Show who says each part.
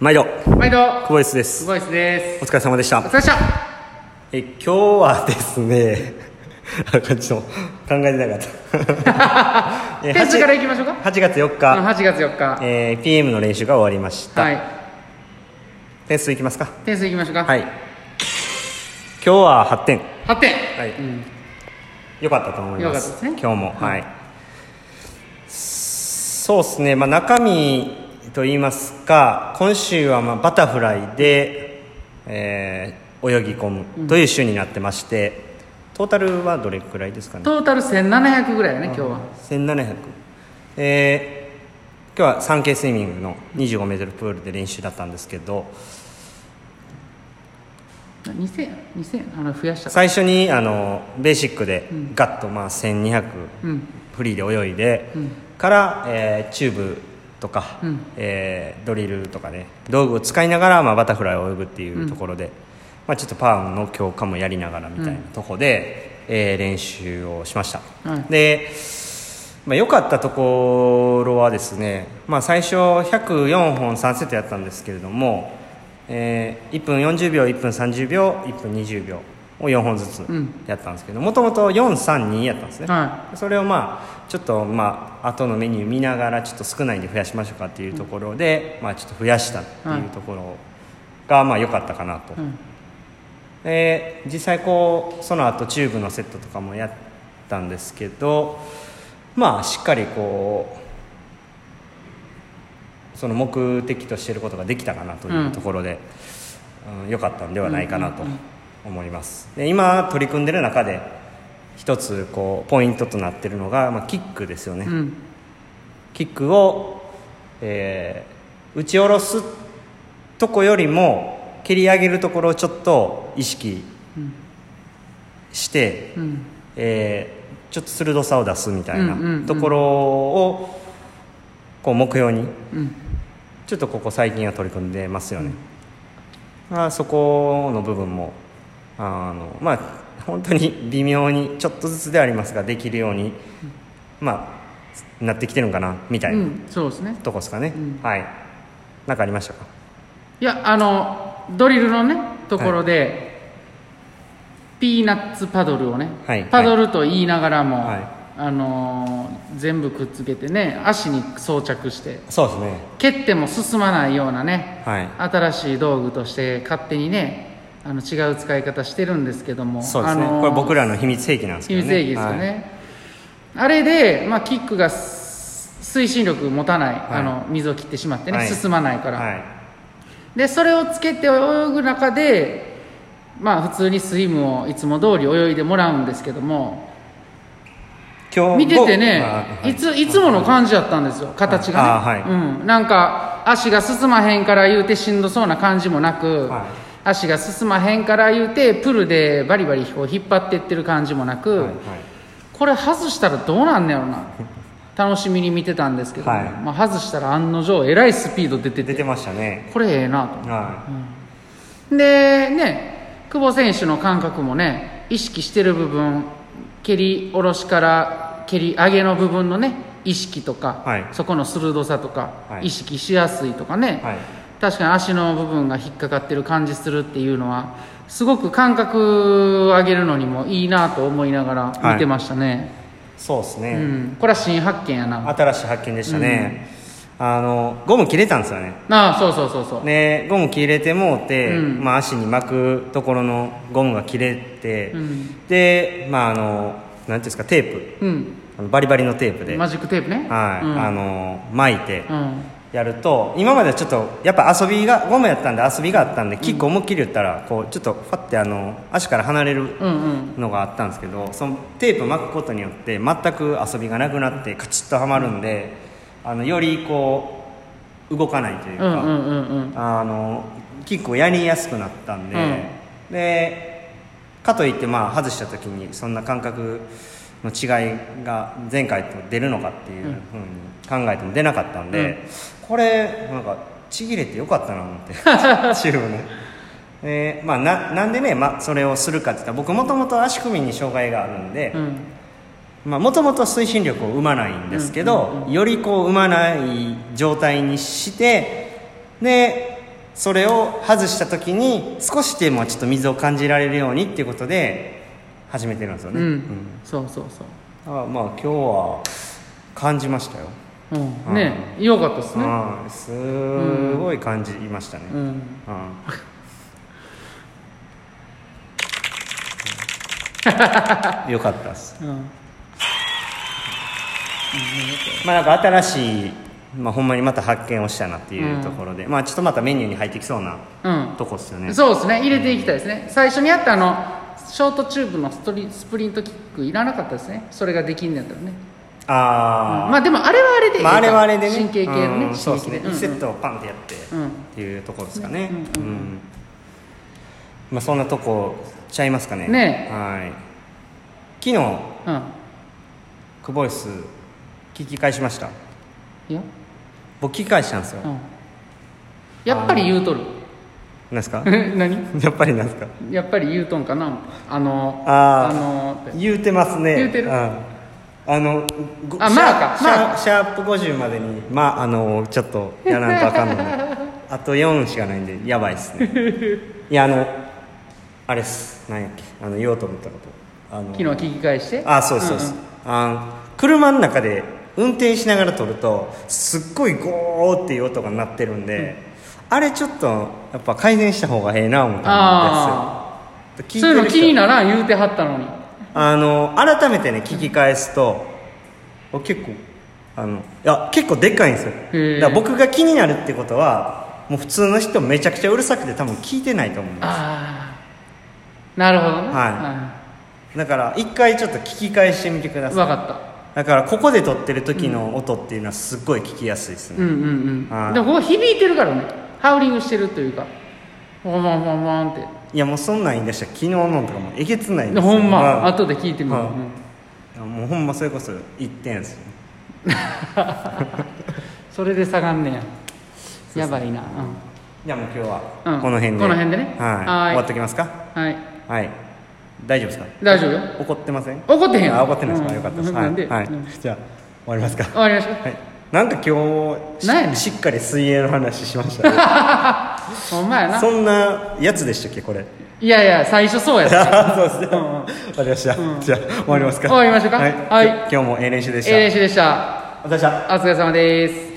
Speaker 1: 毎度
Speaker 2: 毎度
Speaker 1: 久保井ですす
Speaker 2: ごいですね
Speaker 1: お疲れ様でし
Speaker 2: お
Speaker 1: た
Speaker 2: 疲れ様でした
Speaker 1: え今日はですねあこっちの考えてなか ったえ
Speaker 2: テストから
Speaker 1: 8
Speaker 2: いきましょうか
Speaker 1: 8月4
Speaker 2: あの
Speaker 1: 日、
Speaker 2: 8月4日
Speaker 1: えー PM の練習が終わりました、
Speaker 2: はい
Speaker 1: 点数いきますか
Speaker 2: 点数いきましょうか
Speaker 1: はい今日は8点
Speaker 2: 8点
Speaker 1: はい
Speaker 2: うん
Speaker 1: 良かったと思います
Speaker 2: 良かったですね
Speaker 1: 今日も、はいそうですね、まあ、中身と言いますか今週はまあバタフライで、えー泳ぎ込むという週になってまして、トータルはどれくらいですかね
Speaker 2: トータル1700ぐらいだね今日は
Speaker 1: 1700えー今日は産経スイミングの 25m プールで練習だったんですけど
Speaker 2: 2000や2000あの増やした
Speaker 1: 最初にあのベーシックでガッとまあ1200
Speaker 2: うん
Speaker 1: フリーで泳いで、
Speaker 2: うん
Speaker 1: から、えーチューブとか、
Speaker 2: うん
Speaker 1: えードリルとかね道具を使いながら、まあ、バタフライを泳ぐっていうところで、まあ、ちょっとパーンの強化もやりながらみたいなとこで、えー練習をしました、
Speaker 2: はい
Speaker 1: で、まあ、良かったところはですね、まあ、最初104本3セットやったんですけれども、え1分40秒1分30秒1分20秒を4本ずつ
Speaker 2: ん
Speaker 1: やったんですけどもともと432やったんですね、
Speaker 2: は
Speaker 1: それをまあちょっとまあ後のメニュー見ながらちょっと少ないんで増やしましょうかっていうところで、まあちょっと増やしたっていうところがまあ良かったかなと、
Speaker 2: うん
Speaker 1: で実際こうその後チューブのセットとかもやったんですけどまあしっかりこうその目的としていることができたかなというところでうん良、かったんではないかなと思います、で今取り組んでる中で一つこうポイントとなってるのが、まあ、キックですよね、
Speaker 2: うん
Speaker 1: キックを、えー打ち下ろすとこよりも蹴り上げるところをちょっと意識して、
Speaker 2: うん
Speaker 1: えーちょっと鋭さを出すみたい
Speaker 2: うんうんう
Speaker 1: なんところをこう目標に
Speaker 2: うん
Speaker 1: ちょっとここ最近は取り組んでますよね、まあ、そこの部分もあのまあ本当に微妙にちょっとずつではありますができるように、まあ、なってきてるんかなみたいうな。
Speaker 2: んそうですね
Speaker 1: とこですかね、はいなんかありましたか
Speaker 2: いやあのドリルのねところで、ピーナッツパドルをね、
Speaker 1: はい
Speaker 2: パドルと言いながらも、
Speaker 1: はい
Speaker 2: あのー全部くっつけてね足に装着して
Speaker 1: そうですね
Speaker 2: 蹴っても進まないようなね
Speaker 1: はい
Speaker 2: 新しい道具として勝手にねあの違う使い方してるんですけども
Speaker 1: そうですね、
Speaker 2: あのー
Speaker 1: これ僕らの秘密兵器なんですけ
Speaker 2: 秘
Speaker 1: ど
Speaker 2: 密
Speaker 1: ね
Speaker 2: 兵器ですよね、あれで、まあ、キックがす推進力持たない、
Speaker 1: い
Speaker 2: あの水を切ってしまってね、
Speaker 1: はい
Speaker 2: 進まないから、
Speaker 1: はい、はい
Speaker 2: でそれをつけて泳ぐ中でまあ普通にスイムをいつも通り泳いでもらうんですけども
Speaker 1: 今日
Speaker 2: 見てて
Speaker 1: ま
Speaker 2: ね
Speaker 1: あはい
Speaker 2: ついつもの感じだったんですよ形
Speaker 1: あ
Speaker 2: が
Speaker 1: はい
Speaker 2: ね、うん、なんか足が進まへんから言うてしんどそうな感じもなく、
Speaker 1: はい
Speaker 2: 足が進まへんから言うてプルでバリバリこう引っ張ってってる感じもなく、
Speaker 1: いはい
Speaker 2: これ外したらどうなんねやろな楽しみに見てたんですけども、
Speaker 1: はい
Speaker 2: まあ、外したら案の定えらいスピード出て
Speaker 1: 出
Speaker 2: て
Speaker 1: てましたね
Speaker 2: これええなと
Speaker 1: は
Speaker 2: でね久保選手の感覚もね意識してる部分蹴り下ろしから蹴り上げの部分のね意識とか、
Speaker 1: はい
Speaker 2: そこの鋭さとか、
Speaker 1: はい
Speaker 2: 意識しやすいとかね、
Speaker 1: いはい
Speaker 2: 確かに足の部分が引っかかってる感じするっていうのはすごく感覚を上げるのにもいいなと思いながら見てましたね、
Speaker 1: そうですね、
Speaker 2: うん、これは新発見やな
Speaker 1: 新しい発見でしたね、あのゴム切れたんですよね
Speaker 2: ああそうそうそうそう、
Speaker 1: ね、ゴム切れてもうて、
Speaker 2: うん
Speaker 1: まあ、足に巻くところのゴムが切れて、
Speaker 2: うん
Speaker 1: でまああのなんていうんですかテープ
Speaker 2: うん、
Speaker 1: あのバリバリのテープで、
Speaker 2: マジックテープね
Speaker 1: はい
Speaker 2: うん
Speaker 1: あの巻いて、
Speaker 2: うん
Speaker 1: やると今まではちょっとやっぱ遊びがゴムやったんで遊びがあったんでキック思いっきり打ったらこうちょっとファってあの足から離れる
Speaker 2: うんうん
Speaker 1: のがあったんですけどそのテープ巻くことによって全く遊びがなくなってカチッとはまるんであのよりこう動かないという
Speaker 2: うんう
Speaker 1: か
Speaker 2: んうんうん
Speaker 1: あのキックをやりやすくなったんで、
Speaker 2: う
Speaker 1: でかといってまあ外した時にそんな感覚の違いが前回と出るのかっていうふうに考えても出なかったんで、
Speaker 2: うん
Speaker 1: これなんかちぎれてよかったなと思って チームね。えまあ、ななんでね、まあ、それをするかって言ったら僕もともと足首に障害があるんで、
Speaker 2: うん
Speaker 1: まあ、もともと推進力を生まないんですけど、よりこう生まない状態にしてでそれを外した時に少しでもちょっと水を感じられるようにっていうことで始めてるんですよ
Speaker 2: う
Speaker 1: ね、
Speaker 2: ん、
Speaker 1: うん
Speaker 2: そうそう
Speaker 1: だからまあ今日は感じましたよ、
Speaker 2: そう、うん、ねよかったですね、
Speaker 1: うんすごい感じましたね、
Speaker 2: うん、
Speaker 1: うんよかったです
Speaker 2: うん、
Speaker 1: まあなんか新しい、まあ、ほんまにまた発見をしたなっていうところで、まあちょっとまたメニューに入ってきそうな
Speaker 2: うん
Speaker 1: とこっすよね
Speaker 2: そうですね入れていきたいですね最初にあったあのショートチューブのストリスプリントキックいらなかったですねそれができんのやったらね
Speaker 1: あ
Speaker 2: まあでもあれはあれで
Speaker 1: あ、まああれはあれでね
Speaker 2: 神経系のね
Speaker 1: うんそう
Speaker 2: 刺
Speaker 1: です
Speaker 2: 激
Speaker 1: ね、
Speaker 2: で
Speaker 1: 1セットをパンってやって、
Speaker 2: うんうん
Speaker 1: っていうところですかね、うんまあ、そんなとこちゃいますかね
Speaker 2: ね
Speaker 1: はい昨日
Speaker 2: うんうん
Speaker 1: クボイス聞き返しました
Speaker 2: いや、
Speaker 1: 僕聞き返したんですよ、
Speaker 2: う
Speaker 1: なん
Speaker 2: ん、やっぱり言うとる
Speaker 1: ですか
Speaker 2: 何
Speaker 1: やっぱりなんですか
Speaker 2: やっぱり言うとんかなあの
Speaker 1: あー
Speaker 2: のって
Speaker 1: 言うてますね
Speaker 2: 言うてる
Speaker 1: んあのご
Speaker 2: あ
Speaker 1: シャ
Speaker 2: マーか
Speaker 1: シャシャープ50までにまあのちょっとやらんとあかんので あと4しかないんでやばいっすねいやあのあれっす何やっけあの言おうと思ったことあの
Speaker 2: 昨日聞き返して
Speaker 1: あそうですそうです、あの車の中で運転しながら撮るとすっごいゴーっていう音が鳴ってるんで、あれちょっとやっぱ改善した方がええな思った
Speaker 2: あ
Speaker 1: んです
Speaker 2: あ
Speaker 1: よ
Speaker 2: そういうの気に
Speaker 1: る人
Speaker 2: ならん言うてはったのに
Speaker 1: あの改めてね聞き返すとあ結構あのいや結構でかいんですよ
Speaker 2: へえ
Speaker 1: だから僕が気になるってことはもう普通の人めちゃくちゃうるさくて多分聞いてないと思うんです
Speaker 2: ああなるほどね
Speaker 1: はいだから一回ちょっと聞き返してみてくだ
Speaker 2: 分
Speaker 1: さい
Speaker 2: かった
Speaker 1: だからここで撮ってる時の音っていうのはすっごい聞きやすいです
Speaker 2: う
Speaker 1: ね、
Speaker 2: んうんう
Speaker 1: は
Speaker 2: ん
Speaker 1: い
Speaker 2: でもここ響いてるからねハウリングしてるというかワンワンワンワンって
Speaker 1: いやもうそんなん言い出したら昨日のとかもうえげつない
Speaker 2: でほんま
Speaker 1: あ
Speaker 2: 後で聞いてみよう
Speaker 1: はい
Speaker 2: うん
Speaker 1: もうほんまそれこそ1点ですよ
Speaker 2: それで下がんねややばいなう
Speaker 1: じゃあもう今日
Speaker 2: う
Speaker 1: は
Speaker 2: ん
Speaker 1: この辺で、
Speaker 2: この辺でね
Speaker 1: はい
Speaker 2: はい
Speaker 1: 終わっときますか
Speaker 2: んはい
Speaker 1: はい大丈夫ですか
Speaker 2: 大丈夫よ
Speaker 1: 怒ってません
Speaker 2: 怒ってへん
Speaker 1: あ怒ってないですか、
Speaker 2: うん
Speaker 1: よかったです、
Speaker 2: なんで
Speaker 1: はい、はい
Speaker 2: うん
Speaker 1: じゃあ終わりますか
Speaker 2: 終わりましょう
Speaker 1: はいなんか今日し
Speaker 2: なんやねん
Speaker 1: しっかり水泳の話しま したね
Speaker 2: ほんまやな
Speaker 1: そんなやつでしたっけこれ
Speaker 2: いやいや最初そうやった
Speaker 1: そうですね、
Speaker 2: うんうん
Speaker 1: わかりました、じゃあ終わりますか
Speaker 2: 終わりましょうか
Speaker 1: はい、
Speaker 2: はい
Speaker 1: 今日も A 練習でした、
Speaker 2: ええ練習でした
Speaker 1: お疲れ様でした
Speaker 2: お疲れ様です